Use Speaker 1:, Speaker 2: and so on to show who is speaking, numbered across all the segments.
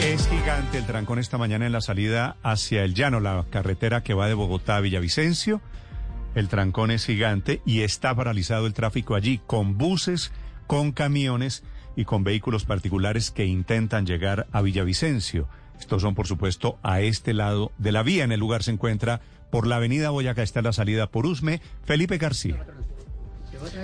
Speaker 1: Es gigante el trancón esta mañana en la salida hacia el llano, la carretera que va de Bogotá a Villavicencio. El trancón es gigante y está paralizado el tráfico allí con buses, con camiones y con vehículos particulares que intentan llegar a Villavicencio. Estos son, por supuesto, a este lado de la vía. En el lugar se encuentra por la avenida Boyacá, está la salida por Usme, Felipe García.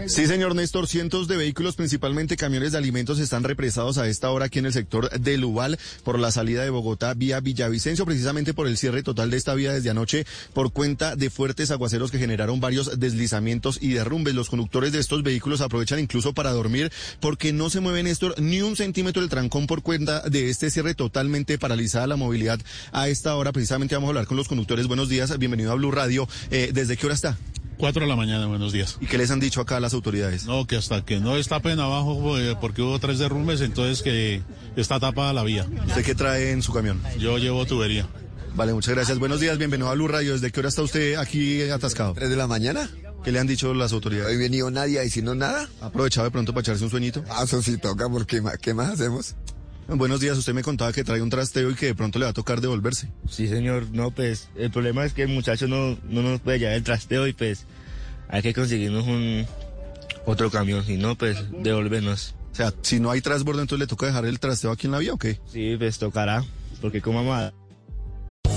Speaker 2: Sí, señor Néstor, cientos de vehículos, principalmente camiones de alimentos, están represados a esta hora aquí en el sector del Ubal por la salida de Bogotá vía Villavicencio, precisamente por el cierre total de esta vía desde anoche por cuenta de fuertes aguaceros que generaron varios deslizamientos y derrumbes. Los conductores de estos vehículos aprovechan incluso para dormir porque no se mueve, Néstor, ni un centímetro del trancón por cuenta de este cierre totalmente paralizada la movilidad a esta hora. Precisamente vamos a hablar con los conductores. Buenos días, bienvenido a Blue Radio. Eh, ¿Desde qué hora está?
Speaker 3: 4 de la mañana, buenos días.
Speaker 2: ¿Y qué les han dicho acá las autoridades?
Speaker 3: No, que hasta que no estapen abajo eh, porque hubo tres derrumbes, entonces que está tapada la vía.
Speaker 2: ¿Usted qué trae en su camión?
Speaker 3: Yo llevo tubería.
Speaker 2: Vale, muchas gracias. Buenos días, bienvenido a Blue Radio. ¿Desde qué hora está usted aquí atascado?
Speaker 4: 3 de la mañana.
Speaker 2: ¿Qué le han dicho las
Speaker 4: No
Speaker 2: autoridades?
Speaker 4: he venido nadie a decirnos nada.
Speaker 2: ¿Ha aprovechado de pronto para echarse un sueñito?
Speaker 4: Ah, eso sí toca, porque ma- ¿qué más hacemos?
Speaker 2: Buenos días, usted me contaba que trae un trasteo y que de pronto le va a tocar devolverse.
Speaker 5: Sí, señor, no, pues el problema es que el muchacho no, no nos puede llevar el trasteo y pues hay que conseguirnos un otro camión, si no, pues devolvernos.
Speaker 2: O sea, si no hay trasbordo, entonces le toca dejar el trasteo aquí en la vía o qué?
Speaker 5: Sí, pues tocará, porque como vamos a-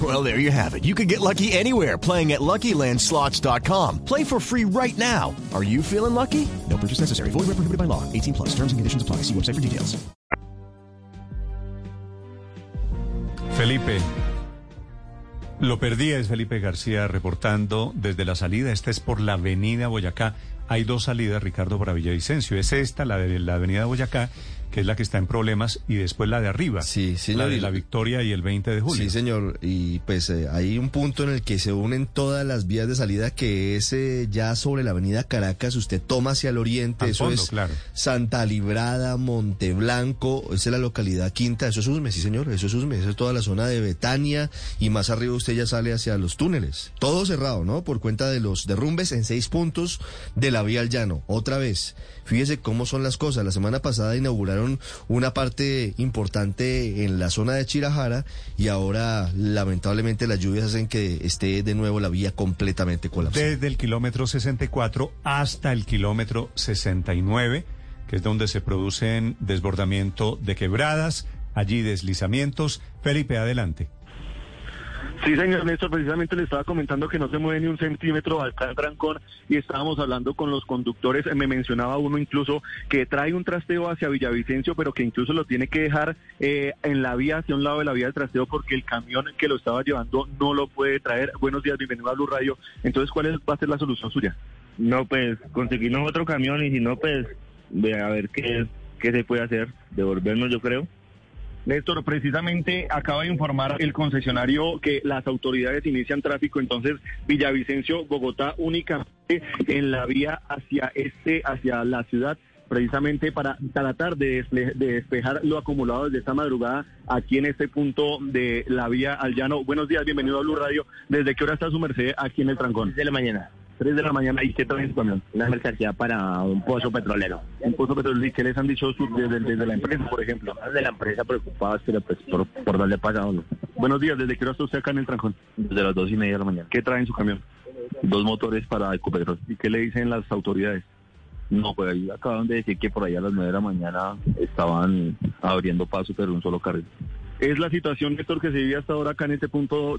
Speaker 6: Well, there you have it. You can get lucky anywhere playing at LuckyLandSlots.com. Play for free right now. Are you feeling lucky? No purchase necessary. Void where prohibited by law. 18 plus. Terms and conditions apply. See website for details.
Speaker 1: Felipe. Lo perdí, es Felipe García reportando desde la salida. Esta es por la avenida Boyacá. Hay dos salidas, Ricardo, para Villavicencio. Es esta, la de la avenida Boyacá, que es la que está en problemas, y después la de arriba.
Speaker 7: Sí,
Speaker 1: La
Speaker 7: señor.
Speaker 1: de la Victoria y el 20 de julio.
Speaker 7: Sí, señor. Y pues eh, hay un punto en el que se unen todas las vías de salida que es eh, ya sobre la avenida Caracas. Usted toma hacia el oriente.
Speaker 1: Al
Speaker 7: eso
Speaker 1: fondo,
Speaker 7: es
Speaker 1: claro.
Speaker 7: Santa Librada, Monteblanco. Esa es la localidad quinta. Eso es Usme, sí, señor. Eso es Usme. Eso es toda la zona de Betania. Y más arriba usted ya sale hacia los túneles. Todo cerrado, ¿no? Por cuenta de los derrumbes en seis puntos de la vía al llano. Otra vez. Fíjese cómo son las cosas. La semana pasada inauguraron una parte importante en la zona de Chirajara y ahora lamentablemente las lluvias hacen que esté de nuevo la vía completamente colapsada.
Speaker 1: Desde el kilómetro 64 hasta el kilómetro 69, que es donde se producen desbordamiento de quebradas, allí deslizamientos. Felipe, adelante.
Speaker 8: Sí, señor Néstor, precisamente le estaba comentando que no se mueve ni un centímetro acá en Trancón y estábamos hablando con los conductores. Eh, Me mencionaba uno incluso que trae un trasteo hacia Villavicencio, pero que incluso lo tiene que dejar eh, en la vía, hacia un lado de la vía de trasteo, porque el camión que lo estaba llevando no lo puede traer. Buenos días, bienvenido a Blue Radio. Entonces, ¿cuál es- va a ser la solución suya?
Speaker 5: no, pues conseguirnos otro camión y si no, pues ve a ver qué, qué se puede hacer, devolvernos yo creo.
Speaker 8: Néstor, precisamente acaba de informar el concesionario que las autoridades inician tráfico, entonces Villavicencio, Bogotá, únicamente en la vía hacia este, hacia la ciudad, precisamente para tratar de desple- de despejar lo acumulado desde esta madrugada aquí en este punto de la vía al llano. Buenos días, bienvenido a Blue Radio. ¿Desde qué hora está su merced aquí en el Trancón?
Speaker 5: de la mañana,
Speaker 8: 3 de la mañana. ¿Y qué trae su camión?
Speaker 5: una mercancía para un pozo petrolero.
Speaker 8: Un puesto petrolero. ¿Y ¿Qué les han dicho su- desde, desde la empresa, por ejemplo?
Speaker 5: De la empresa preocupados, pero pues por, por dónde pasa uno.
Speaker 8: Buenos días, ¿desde qué hora está usted acá en el Trancón?
Speaker 5: Desde las dos y media de la mañana.
Speaker 8: ¿Qué trae en su camión?
Speaker 5: Dos motores para Ecopetrol.
Speaker 8: ¿Y qué le dicen las autoridades?
Speaker 5: No, pues ahí acaban de decir que por ahí a las 9 de la mañana estaban abriendo paso, pero un solo carril.
Speaker 8: Es la situación, Néstor, que se vive hasta ahora acá en este punto.